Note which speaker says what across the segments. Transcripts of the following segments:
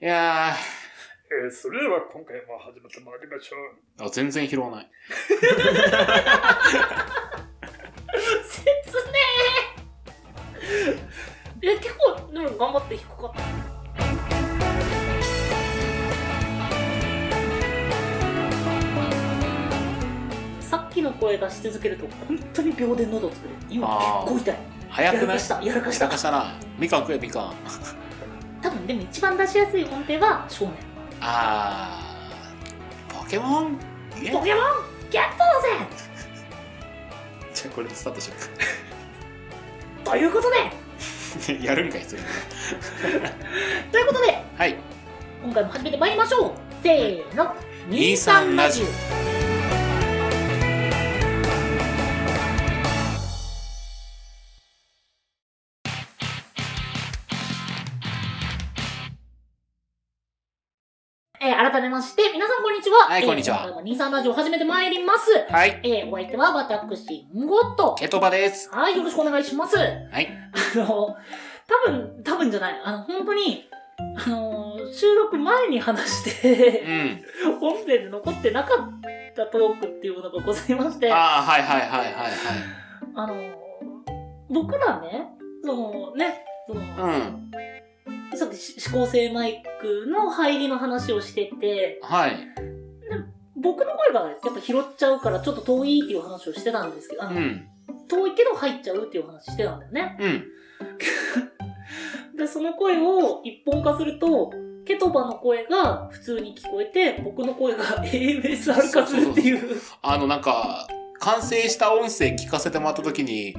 Speaker 1: いや
Speaker 2: えーそれでは今回も始めてまいりましょう。
Speaker 1: ー、あ全然拾わない。
Speaker 3: 切ねえいや結構でも頑張って低かったさっきの声がし続けると本当に秒で喉つくれる今
Speaker 1: あー
Speaker 3: 結構痛い
Speaker 1: 早く
Speaker 3: やら
Speaker 1: ない
Speaker 3: かしたやらかし
Speaker 1: 下
Speaker 3: た
Speaker 1: かしたな。みかん食え、みかん。あ
Speaker 3: 多分でも一番出しやすい音程は正面
Speaker 1: あー、ポケモンゲ
Speaker 3: ポ
Speaker 1: ッ
Speaker 3: ケモンゲットだぜ
Speaker 1: じゃあこれでスタートしよう
Speaker 3: ということで
Speaker 1: か。 やるんかい、それ。
Speaker 3: ということで
Speaker 1: はい。
Speaker 3: 今回も始めてまいりましょうせーの
Speaker 1: 23ラジオ
Speaker 3: えー改めまして皆さんこんにちは
Speaker 1: はいこんにちは
Speaker 3: えー今回も23ラジオ始めてまいります
Speaker 1: はい。
Speaker 3: えーお相手は私んごと
Speaker 1: ケトバです。
Speaker 3: はいよろしくお願いしますあ
Speaker 1: はい。
Speaker 3: の多分多分じゃないあの本当にあの収録前に話して
Speaker 1: うん。
Speaker 3: 音声で残ってなかったトークっていうものがございまして、あ
Speaker 1: ああ、はいはいはいはい
Speaker 3: のー、僕らね、そのね、その、
Speaker 1: はい。うん。
Speaker 3: さっきし指向性マイクの入りの話をしてて、
Speaker 1: はい。
Speaker 3: 僕の声がやっぱ拾っちゃうからちょっと遠いっていう話をしてたんですけど、あ
Speaker 1: う
Speaker 3: の
Speaker 1: ん。
Speaker 3: 遠いけど入っちゃうっていう話してたんだよね。
Speaker 1: うん。
Speaker 3: で、その声を一本化すると、ケトバの声が普通に聞こえて、僕の声が AMSR 化するっていう。
Speaker 1: あの、なんか、完成した音声聞かせてもらったときに、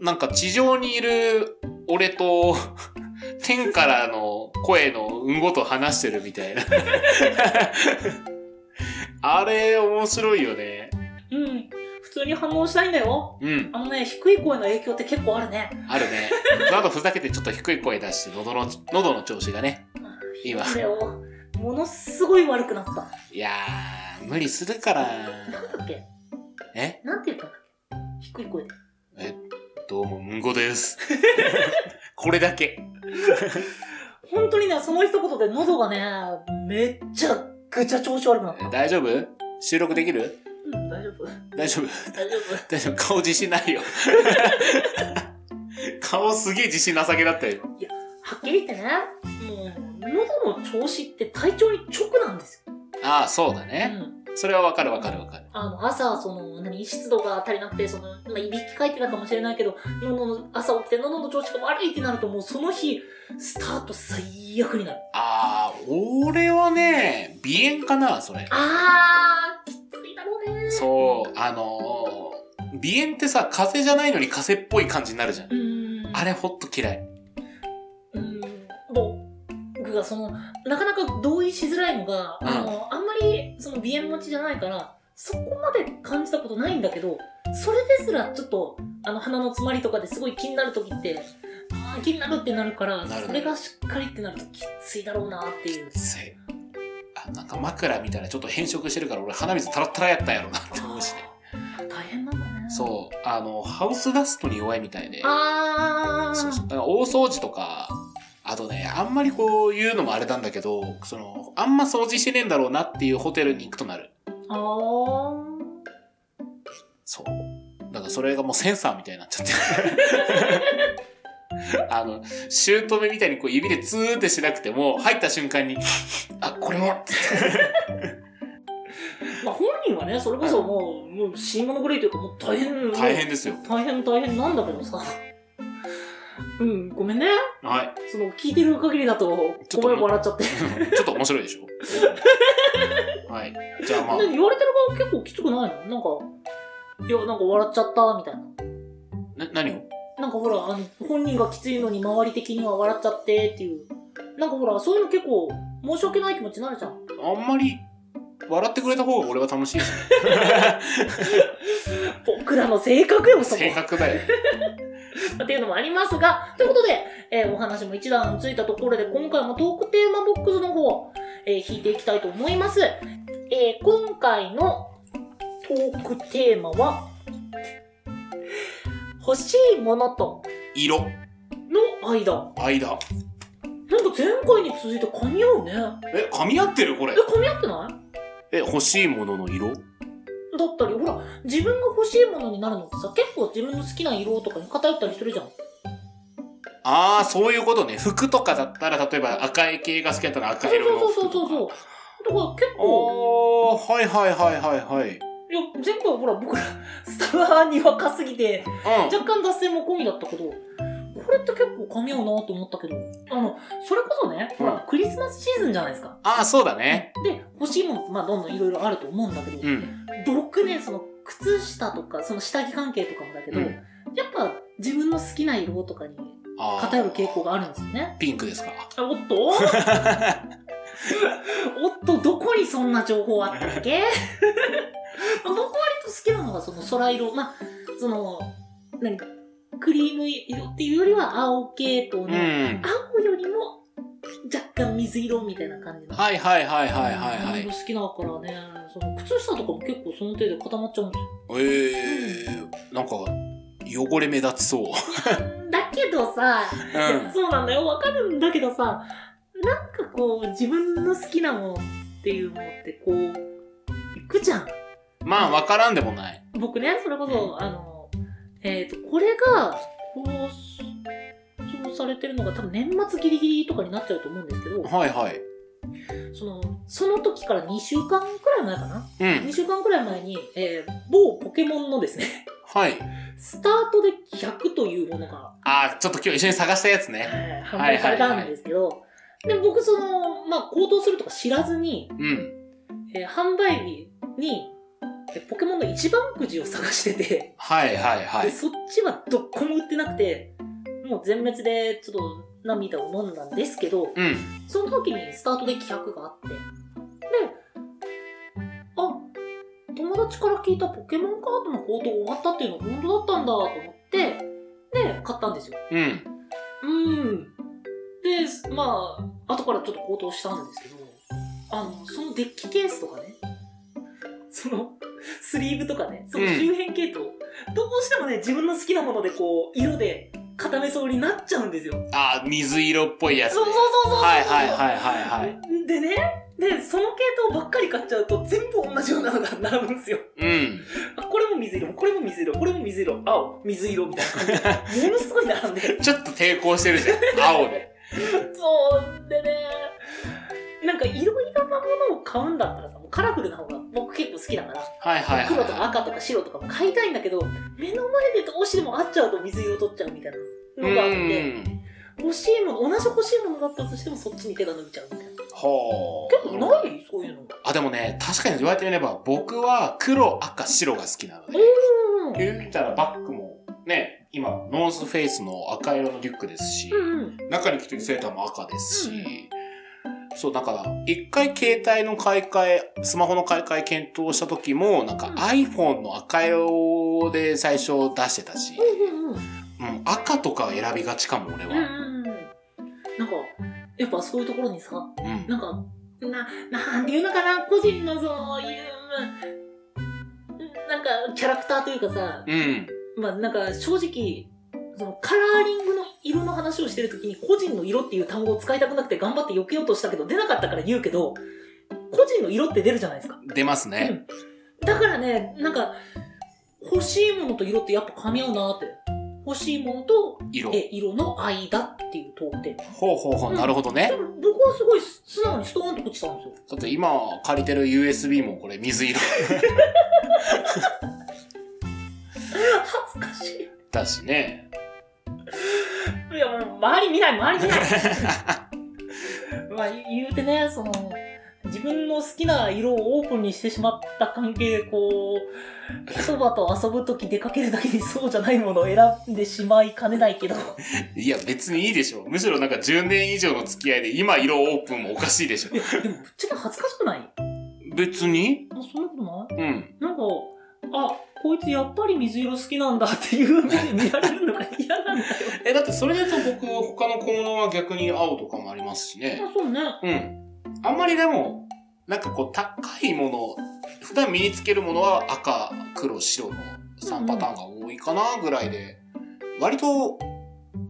Speaker 1: なんか地上にいる俺と、 天からの声のうんごと話してるみたいな。あれ、面白いよね。
Speaker 3: うん。普通に反応したいんだよ。
Speaker 1: うん、
Speaker 3: あのね、低い声の影響って結構あるね。
Speaker 1: あるね。あとふざけてちょっと低い声出して、喉の、喉の調子がね。今。
Speaker 3: それを、ものすごい悪くなった。
Speaker 1: いやー、無理するから。
Speaker 3: なんだっけ
Speaker 1: え
Speaker 3: なんて言ったんだっけ低い声で。
Speaker 1: どうも、うんごです。これだけ。
Speaker 3: 本当にね、その一言で喉がね、めっちゃくちゃ調子悪くなった。
Speaker 1: 大丈夫収録できる
Speaker 3: うん、大丈夫。
Speaker 1: 大丈夫
Speaker 3: 大丈
Speaker 1: 大丈夫顔自信ないよ顔すげえ自信なさげだったよ
Speaker 3: 夫。はっきり言ってね、もう、喉の調子って体調に直なんですよ。
Speaker 1: ああそうだ
Speaker 3: う
Speaker 1: ね、
Speaker 3: ん。
Speaker 1: それはわかるわかるわかる
Speaker 3: あの、朝、その、何、湿度が足りなくて、その、まあ、いびきかいてたかもしれないけど、喉の、朝起きて喉の調子が悪いってなると、もうその日、スタート最悪になる。
Speaker 1: ああ俺はね鼻炎かなそれ
Speaker 3: あー、きついだろうね。
Speaker 1: そうあのー、鼻炎ってさ風邪じゃないのに風邪っぽい感じになるじゃん
Speaker 3: うーん。
Speaker 1: あれほっと嫌いう
Speaker 3: ーん。僕がその、なかなか同意しづらいのが、
Speaker 1: うん
Speaker 3: あの、あんまりその鼻炎持ちじゃないから、そこまで感じたことないんだけど、それですらちょっと、あの、鼻の詰まりとかですごい気になるときって、あー気になるってなるから、
Speaker 1: なるね
Speaker 3: それがしっかりってなるときついだろうなっていう。
Speaker 1: ついあなんか枕みたいなちょっと変色してるから俺鼻水タラッタラやったんやろなって思うしね
Speaker 3: 大変なんだね。う。
Speaker 1: そうあのハウスダストに弱いみたいで
Speaker 3: あー。
Speaker 1: そうそうだから大掃除とか、あとね、あんまりこう言うのもあれなんだけど、その、あんま掃除してねえんだろうなっていうホテルに行くとなる。
Speaker 3: あー。
Speaker 1: そう。だからそれがもうセンサーみたいになっちゃって。 あの、姑みたいにこう指でツーってしなくても、入った瞬間に、あ、これは、
Speaker 3: まあ本人はね、それこそもう、もう死に物狂いというか、もう大変。
Speaker 1: 大変ですよ。
Speaker 3: 大変大変なんだけ どさ。うん、ごめんね。
Speaker 1: はい。
Speaker 3: その、聞いてる限りだと、
Speaker 1: ちょっと
Speaker 3: ごめん笑っちゃって。
Speaker 1: ちょっと面白いでしょはい。じゃあまあ
Speaker 3: で、言われてる側結構きつくないのなんか、いや、なんか笑っちゃった、みたいな。
Speaker 1: な、何を
Speaker 3: なんかほら、あの、本人がきついのに周り的には笑っちゃってっていう。なんかほら、そういうの結構、申し訳ない気持ちになるじゃん。
Speaker 1: あんまり、笑ってくれた方が俺は楽しいし。
Speaker 3: 僕らの性格よ、そこ。
Speaker 1: 性格だよ。
Speaker 3: っていうのもありますが、ということで、えーお話も一段ついたところで、今回もトークテーマボックスの方、えー引いていきたいと思います。えー今回のトークテーマは、欲しいものと
Speaker 1: 色、
Speaker 3: の間。
Speaker 1: 間。
Speaker 3: なんか前回に続いて噛み合うね。
Speaker 1: え、噛み合ってるこれ
Speaker 3: え、。噛み合ってない
Speaker 1: え、欲しいものの色
Speaker 3: だったり、ほら、自分が欲しいものになるのってさ、結構自分の好きな色とかに偏ったりするじゃん。
Speaker 1: ああ、そういうことね。服とかだったら、例えば赤い系が好きだったら赤色の服と
Speaker 3: そうそう
Speaker 1: か。
Speaker 3: そうそうそう。だから結構、
Speaker 1: おー、はいはいはいはい
Speaker 3: いや、前回ほら、僕ら、スタバに若すぎて、
Speaker 1: はい。
Speaker 3: 若干脱線も込みだったけど、これって結構噛み合うなと思ったけど、あの、それこそね、ほ
Speaker 1: うん
Speaker 3: ら、クリスマスシーズンじゃないですか。
Speaker 1: ああ、そうだね。
Speaker 3: で、欲しいものって、まあ、どんどんいろいろあると思うんだけど、
Speaker 1: うん。
Speaker 3: 僕ね、その、靴下とか、その下着関係とかもだけど、
Speaker 1: うん
Speaker 3: やっぱ、自分の好きな色とかに
Speaker 1: あ
Speaker 3: 偏る傾向があるんですよね。
Speaker 1: ーピンクですか。
Speaker 3: あおっと おっと、どこにそんな情報あった っけ僕割と好きなのがその空色。まあ、その、なんか、クリーム色っていうよりは青系統
Speaker 1: う
Speaker 3: の、
Speaker 1: ん。
Speaker 3: 青よりも若干水色みたいな感じの。
Speaker 1: はいはいはいはいはいはい。
Speaker 3: 好きだからね、その靴下とかも結構その程度固まっちゃうんですよ。
Speaker 1: えー、なんか、汚れ目立ちそう。
Speaker 3: だけどさ、
Speaker 1: うん。
Speaker 3: そうなんだよ、わかるんだけどさ、なんかこう、自分の好きなものっていうものってこう、いくじゃん。
Speaker 1: まあ、わからんでもない。
Speaker 3: 僕ね、それこそ、あの、えっ、と、これが放送されてるのが多分年末ギリギリとかになっちゃうと思うんですけど、
Speaker 1: はいはい。
Speaker 3: その、その時から2週間くらい前かな
Speaker 1: うん。
Speaker 3: ?2 週間くらい前に、えー某ポケモンのですね、
Speaker 1: はい。
Speaker 3: スタートで100というものが
Speaker 1: ああ、ちょっと今日一緒に探したやつね。
Speaker 3: 販売されたんですけど、で、僕その、まあ、高騰するとか知らずに、
Speaker 1: うん。
Speaker 3: えー販売日に、えポケモンの一番くじを探してて、
Speaker 1: はいはいは
Speaker 3: で
Speaker 1: い。
Speaker 3: そっちはどこも売ってなくて、もう全滅でちょっと涙を飲んだんですけど、
Speaker 1: うん。
Speaker 3: その時にスタートデッキ100があって、で、あ、友達から聞いたポケモンカードの行動終わったっていうの本当だったんだと思って、で、買ったんですよ。
Speaker 1: うん。
Speaker 3: うん。で、まあ、後からちょっと高騰したんですけど、あの、そのデッキケースとかね、 その、スリーブとかね、その
Speaker 1: うん
Speaker 3: 周辺系統、どうしてもね、自分の好きなものでこう、色で固めそうになっちゃうんですよ。
Speaker 1: あー、水色っぽいやつね。
Speaker 3: そうそうそうそう。
Speaker 1: はいはいはいはいはい。
Speaker 3: い。でね、で、その系統ばっかり買っちゃうと、全部同じようなのが並ぶんですよ。
Speaker 1: うん。
Speaker 3: あこれも水色、これも水色、これも水色、青、水色みたいな感じで、ものすごい並んで。
Speaker 1: ちょっと抵抗してるじゃん。青で。
Speaker 3: そうでねなんか色々なものを買うんだったらさもうカラフルな方が僕結構好きだから、
Speaker 1: はいはいはい
Speaker 3: 黒とか
Speaker 1: は
Speaker 3: 赤とか白とかも買いたいんだけど目の前でどうしても合っちゃうと水色取っちゃうみたい
Speaker 1: い。
Speaker 3: なのがあっ
Speaker 1: う
Speaker 3: て
Speaker 1: ん。
Speaker 3: 欲しいもの同じ欲しいものだったとしてもそっちに手が伸びちゃうみたいな
Speaker 1: ほ
Speaker 3: 結構
Speaker 1: う。
Speaker 3: ないそういうのが
Speaker 1: あ、でもね、確かに言われてみれば、僕は黒、赤、白が好きなので。
Speaker 3: うんうん
Speaker 1: 言ったらバッグも、ね、今、ノースフェイスの赤色のリュックですし、
Speaker 3: うん
Speaker 1: 中に着てるセーターも赤ですし、
Speaker 3: うんう
Speaker 1: そう、だから、一回携帯の買い替え、スマホの買い替え検討した時も、なんか
Speaker 3: うん
Speaker 1: iPhone の赤色で最初出してたし、
Speaker 3: うんう
Speaker 1: う
Speaker 3: ん
Speaker 1: ん、赤とか選びがちかも、俺
Speaker 3: うんうん
Speaker 1: は。
Speaker 3: うんうんなんかやっぱそういうところにさ
Speaker 1: うん。
Speaker 3: なんか、な、なんていうのかな、個人のそういう、なんか、キャラクターというかさ、
Speaker 1: うん。
Speaker 3: まあなんか、正直、そのカラーリングの色の話をしてるときに、個人の色っていう単語を使いたくなくて頑張って避けようとしたけど、出なかったから言うけど、個人の色って出るじゃないですか。
Speaker 1: 出ますね。
Speaker 3: うん、だからね、なんか、欲しいものと色ってやっぱ噛み合うなって。欲しいものと、
Speaker 1: 色。
Speaker 3: え、色の間っていうトークテーマ。
Speaker 1: ほうほうほう、
Speaker 3: うん
Speaker 1: なるほど
Speaker 3: で
Speaker 1: ね。
Speaker 3: も僕はすごい素直にストーンと落ちたんですよ。
Speaker 1: だって今借りてる USB もこれ水色
Speaker 3: 恥ずかしい。
Speaker 1: だしね。
Speaker 3: いや、もう、周り見ない、周り 見ない。まあ、言うてね、その、自分の好きな色をオープンにしてしまった関係で、こう、人々と遊ぶとき出かけるだけにそうじゃないものを選んでしまいかねないけど、
Speaker 1: いや、別にいいでしょ。むしろなんか10年以上の付き合いで今色オープンもおかしいでしょ。
Speaker 3: でも、ぶっちゃけ恥ずかしくないあ、
Speaker 1: 別に
Speaker 3: そんなことな
Speaker 1: う
Speaker 3: い
Speaker 1: ん。
Speaker 3: なんか、あ、こいつやっぱり水色好きなんだっていう目で見られるのが嫌なんだよ。
Speaker 1: え、だってそれだと僕、他の効能は逆に青とかもありますしね。
Speaker 3: あ、そうね。
Speaker 1: うん。あんまりでも、なんかこう高いもの、普段身につけるものは赤、黒、白の3パターンが多いかなぐらいで、割と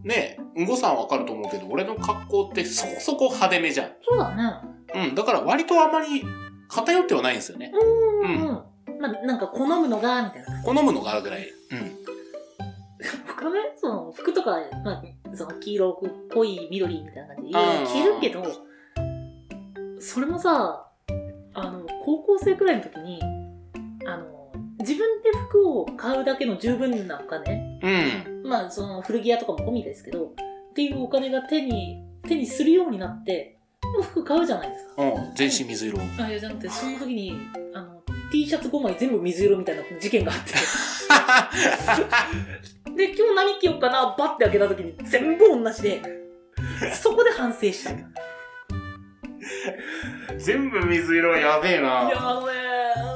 Speaker 1: ねえ、うんごさんわかると思うけど、俺の格好ってそこそこ派手めじゃん。
Speaker 3: そうだね。
Speaker 1: うん、だから割とあまり偏ってはないんですよね。
Speaker 3: うんうんうん。まあ、なんか好むのが、みたいな。
Speaker 1: 好むのがあるぐらい。うん。
Speaker 3: 服ね、その服とか、まあ、その黄色く濃い緑みたいな感じで
Speaker 1: うん
Speaker 3: 着るけど、それもさ、あの、高校生くらいの時に、あの、自分で服を買うだけの十分なお金、
Speaker 1: うん。
Speaker 3: まあ、その古着屋とかも込みですけど、っていうお金が手に、手にするようになって、もう服買うじゃないですか。
Speaker 1: うん、全身水色。
Speaker 3: あ、いや、じゃなくて、その時に、あの、T シャツ5枚全部水色みたいな事件があ って。で、今日何着ようかな、バッて開けた時に全部同じで、そこで反省した。いや、
Speaker 1: 全部水色やべえな。
Speaker 3: あのね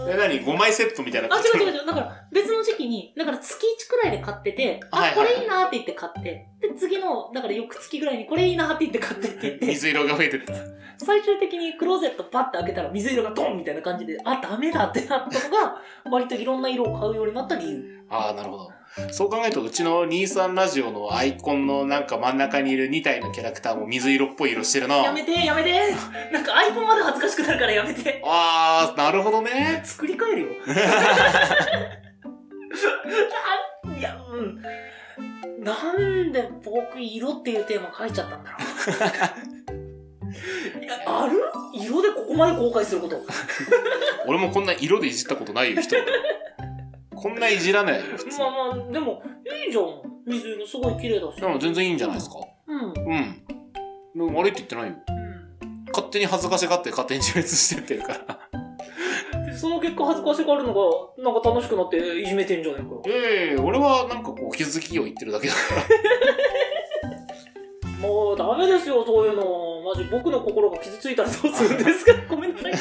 Speaker 1: え、なに ?5 枚セットみたいな
Speaker 3: あ、違う違う
Speaker 1: う。
Speaker 3: 違う。だから、別の時期に、だから月1くらいで買ってて、
Speaker 1: はいは
Speaker 3: あ、
Speaker 1: い
Speaker 3: こ
Speaker 1: はい
Speaker 3: れいいなって言って買って、で、次の、だから翌月ぐらいにこれいいなって言って買ってって言って、
Speaker 1: 水色が増えてる。
Speaker 3: 最終的にクローゼットパッて開けたら水色がドンみたいな感じで、あ、ダメだってなったのが、割といろんな色を買うようになった理由。
Speaker 1: ああ、なるほど。そう考えると、うちの兄さんラジオのアイコンのなんか真ん中にいる2体のキャラクターも水色っぽい色してる
Speaker 3: や
Speaker 1: な。
Speaker 3: めて、やめてなんかアイコンまで恥ずかしくなるからやめて
Speaker 1: ああ、なるほどね。
Speaker 3: 作り変 えるよ。あいや、うん。なんで僕、色っていうテーマ書いちゃったんだろ う。いやある色でここまで後悔すること。
Speaker 1: 俺もこんな色でいじったことないよ、人。 こんないじらないよ、普通。
Speaker 3: まあまあ、でも、いいじゃん。水色すごい綺麗だし。
Speaker 1: でも全然いいんじゃないですか。
Speaker 3: うん。うん。
Speaker 1: うん。でも悪いって言ってないよ。勝手に恥ずかしがって勝手に自滅してってるから。
Speaker 3: でその結果恥ずかしがるのが、なんか楽しくなっていじめてんじゃないか。
Speaker 1: いやいやいや俺はなんかこう気づきを言ってるだけだから。
Speaker 3: もうダメですよ、そういうの。マジ、僕の心が傷ついたらどうするんです かごめんなさい。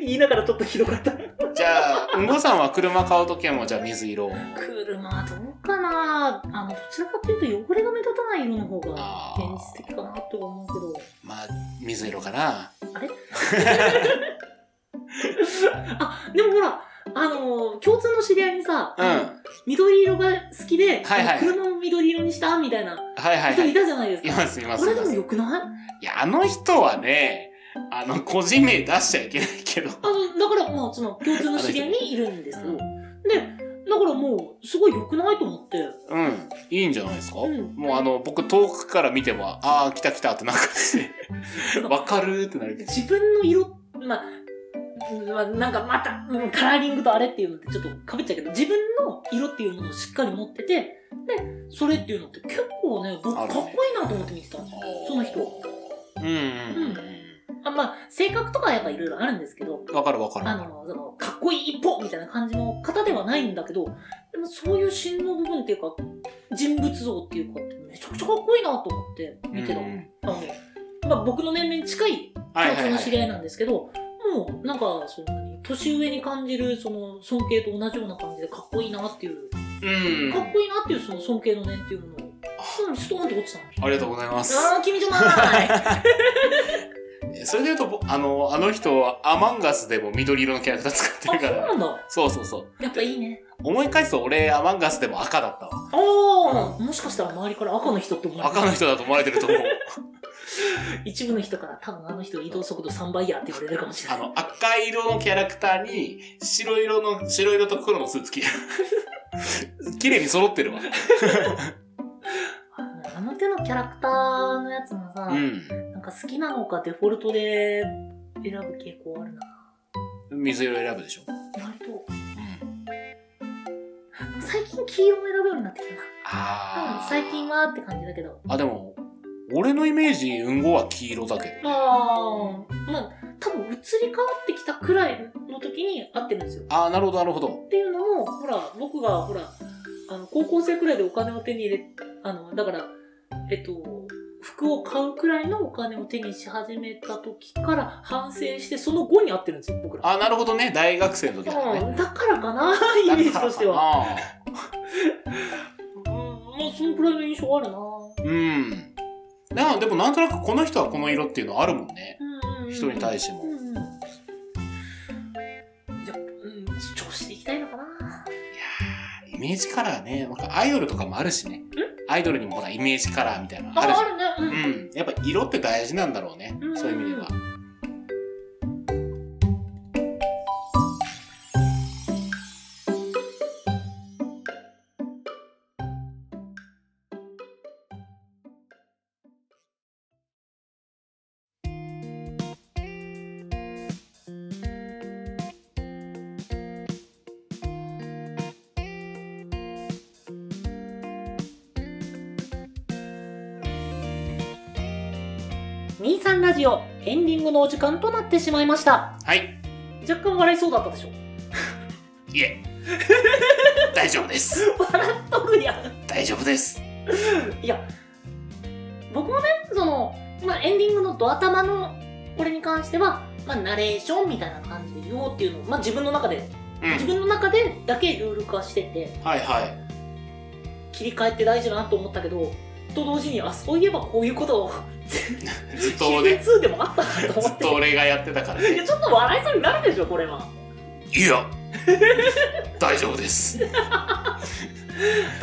Speaker 3: 言いながらちょっとひどかった。
Speaker 1: じゃあ、うんごさんは車買うときはもうじゃあ水色。
Speaker 3: 車どうかなあのどちらかというと汚れが目立たない色の方が
Speaker 1: あ
Speaker 3: 現
Speaker 1: あ、
Speaker 3: 実的かなとは思うけど
Speaker 1: まあ、水色かな。
Speaker 3: あでもほらあのー共通の知り合いにさ、
Speaker 1: うん。はい
Speaker 3: 緑色が好きで、
Speaker 1: はいはい
Speaker 3: あの車も緑色にしたみたいな
Speaker 1: はいは
Speaker 3: 人
Speaker 1: い
Speaker 3: い。たじゃないですか、
Speaker 1: いますいます
Speaker 3: あ
Speaker 1: い
Speaker 3: れ
Speaker 1: ま。
Speaker 3: ですも
Speaker 1: い
Speaker 3: よくない
Speaker 1: や、あの人はね、あの、個人名出しちゃいけないけど。
Speaker 3: あのだからまあその共通の知り合いにいるんですよ
Speaker 1: うん
Speaker 3: でだからもうすごい良くないと思って
Speaker 1: うん。いいんじゃないですか、
Speaker 3: うん
Speaker 1: もうあの、僕遠くから見ても、ああ、来た来たってなんかして、わかるーってなるけど。
Speaker 3: 自分の色まあうんまあ、なんかまた、うんカラーリングとあれっていうのってちょっとかぶっちゃうけど、自分の色っていうものをしっかり持ってて、で、それっていうのって結構ね、僕か
Speaker 1: あ
Speaker 3: っ
Speaker 1: るね
Speaker 3: こいいなと思って見てたんですよ。その人。
Speaker 1: うんうん
Speaker 3: あまあ、性格とかはやっぱいろいろあるんですけど、
Speaker 1: うん。わかるわかる。
Speaker 3: あの、その、かっこいい一歩みたいな感じの方ではないんだけど、でもそういう芯の部分っていうか、人物像っていうか、めちゃくちゃかっこいいなと思って見てた。
Speaker 1: うんうん
Speaker 3: あの、まあ僕の年齢に近い
Speaker 1: はいは
Speaker 3: 共通
Speaker 1: い
Speaker 3: の
Speaker 1: は
Speaker 3: 知
Speaker 1: い。
Speaker 3: り合いなんですけど、もうなんかその年上に感じるその尊敬と同じような感じでかっこいいなっていう、
Speaker 1: うん。
Speaker 3: かっこいいなっていうその尊敬の念っていうものをストンストーンって落ちたの。
Speaker 1: ありがとうございます。
Speaker 3: ああー君じ ゃない。
Speaker 1: それで言うと、ぼあの、あの人はアマンガスでも緑色のキャラクター使って
Speaker 3: あ
Speaker 1: るか
Speaker 3: そう
Speaker 1: ら
Speaker 3: な。んだ。
Speaker 1: そうそうそう。
Speaker 3: やっぱいいね。
Speaker 1: 思い返すと俺、アマンガスでも赤だったわ。
Speaker 3: ああ、もしかしたら周りから赤の人って思われて
Speaker 1: 赤の人だと思われてると思う。
Speaker 3: 一部の人から多分あの人移動速度3倍やって言われるかもしれ
Speaker 1: あ
Speaker 3: ない。
Speaker 1: の、赤色のキャラクターに、白色の、白色と黒のスーツ着る。 綺麗に揃ってるわ。
Speaker 3: あの手のキャラクターのやつもさ、
Speaker 1: うん。
Speaker 3: なんか好きなのかデフォルトで選ぶ傾向あるな。
Speaker 1: 水色選ぶでしょ。
Speaker 3: 割と。
Speaker 1: うん。
Speaker 3: 最近黄色も選ぶようになってきたな。
Speaker 1: あ
Speaker 3: う
Speaker 1: あ。
Speaker 3: ん、最近。はって感じだけど。
Speaker 1: あ、でも、俺のイメージ、うんごは黄色だけど。
Speaker 3: ああ。まあ、多分移り変わってきたくらいの時に合ってるんですよ。
Speaker 1: ああ、なるほど、なるほど。
Speaker 3: っていうのも、ほら、僕が、ほら、あの、高校生くらいでお金を手に入れ、あの、だから、えっと、服を買うくらいのお金を手にし始めた時から反省して、その後に合ってるんですよ、僕ら。
Speaker 1: ああ、なるほどね。大学生の時だからね。
Speaker 3: うん、だからかな、イメージとしては。
Speaker 1: は。
Speaker 3: うん、まあ、そのくらいの印象があるな。う
Speaker 1: うん。なでもなんとなくこの人はこの色っていうのあるもんね。
Speaker 3: んうんうん。
Speaker 1: 人に対して
Speaker 3: う
Speaker 1: も。
Speaker 3: んうん。いや、うん、調子でいきたいのかな。
Speaker 1: イメージカラーね。なんかアイドルとかもあるしね。アイドルにもほらイメージカラーみたいなの
Speaker 3: あ、
Speaker 1: あるじゃん
Speaker 3: あるね。うん。
Speaker 1: うん、やっぱ色って大事なんだろうね、
Speaker 3: うん
Speaker 1: そういう意味では。
Speaker 3: 23ラジオ、エンディングのお時間となってしまいました。
Speaker 1: はい、
Speaker 3: 若干笑いそうだったでしょ。
Speaker 1: い え。大丈夫です。
Speaker 3: 笑っとるやん。
Speaker 1: 大丈夫です。
Speaker 3: いや、僕もね、その、まあ、エンディングのド頭のこれに関しては、まあ、ナレーションみたいな感じで言おうっていうのを、まあ、自分の中で、
Speaker 1: う
Speaker 3: 自
Speaker 1: ん。
Speaker 3: 分の中でだけルール化してて、
Speaker 1: はいはい。
Speaker 3: 切り替えって大事だなと思ったけど、と同時に、あ、そういえばこういうことを、
Speaker 1: ずっと 俺、
Speaker 3: TV2 でもあったなと
Speaker 1: ず
Speaker 3: 思っ
Speaker 1: ってと。俺がやってたから
Speaker 3: いや、
Speaker 1: ね。
Speaker 3: ちょっと笑いそうになるでしょ、これは。
Speaker 1: いや、大丈夫です。
Speaker 3: という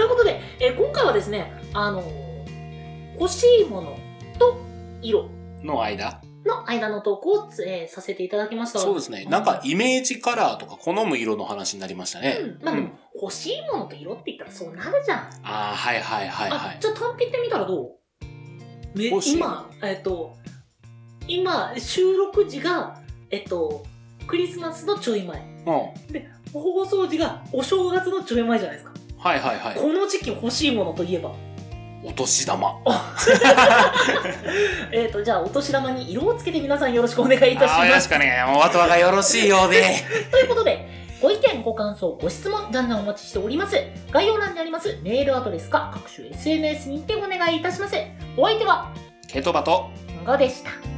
Speaker 3: ことで、えー今回はですね、あのー欲しいものと色
Speaker 1: の間。
Speaker 3: の間のトークを、えーさせていただきました。
Speaker 1: そうですね。なんかイメージカラーとか好む色の話になりましたね。
Speaker 3: うん、まあでも、欲しいものと色って言ったらそうなるじゃん。
Speaker 1: ああ、はいはいはいは
Speaker 3: あ
Speaker 1: い。
Speaker 3: じゃあ単品ってみたらどうめ
Speaker 1: 欲しい
Speaker 3: 今、えっと、今、収録時が、えっと、クリスマスのちょい前。
Speaker 1: うん。
Speaker 3: 放送時がお正月のちょい前じゃないですか。
Speaker 1: はいはいはい。
Speaker 3: この時期欲しいものといえば。
Speaker 1: お年玉。
Speaker 3: えっと、じゃあ、お年玉に色をつけて皆さんよろしくお願いいたし
Speaker 1: あーよ
Speaker 3: ま
Speaker 1: ろ
Speaker 3: す
Speaker 1: し。くね。お後がよろしい ようで。
Speaker 3: ということで、ご意見、ご感想、ご質問、じゃんじゃんお待ちしております。概要欄にありますメールアドレスか各種 SNS にてお願いいたします。お相手は、
Speaker 1: ケトバと
Speaker 3: んごでした。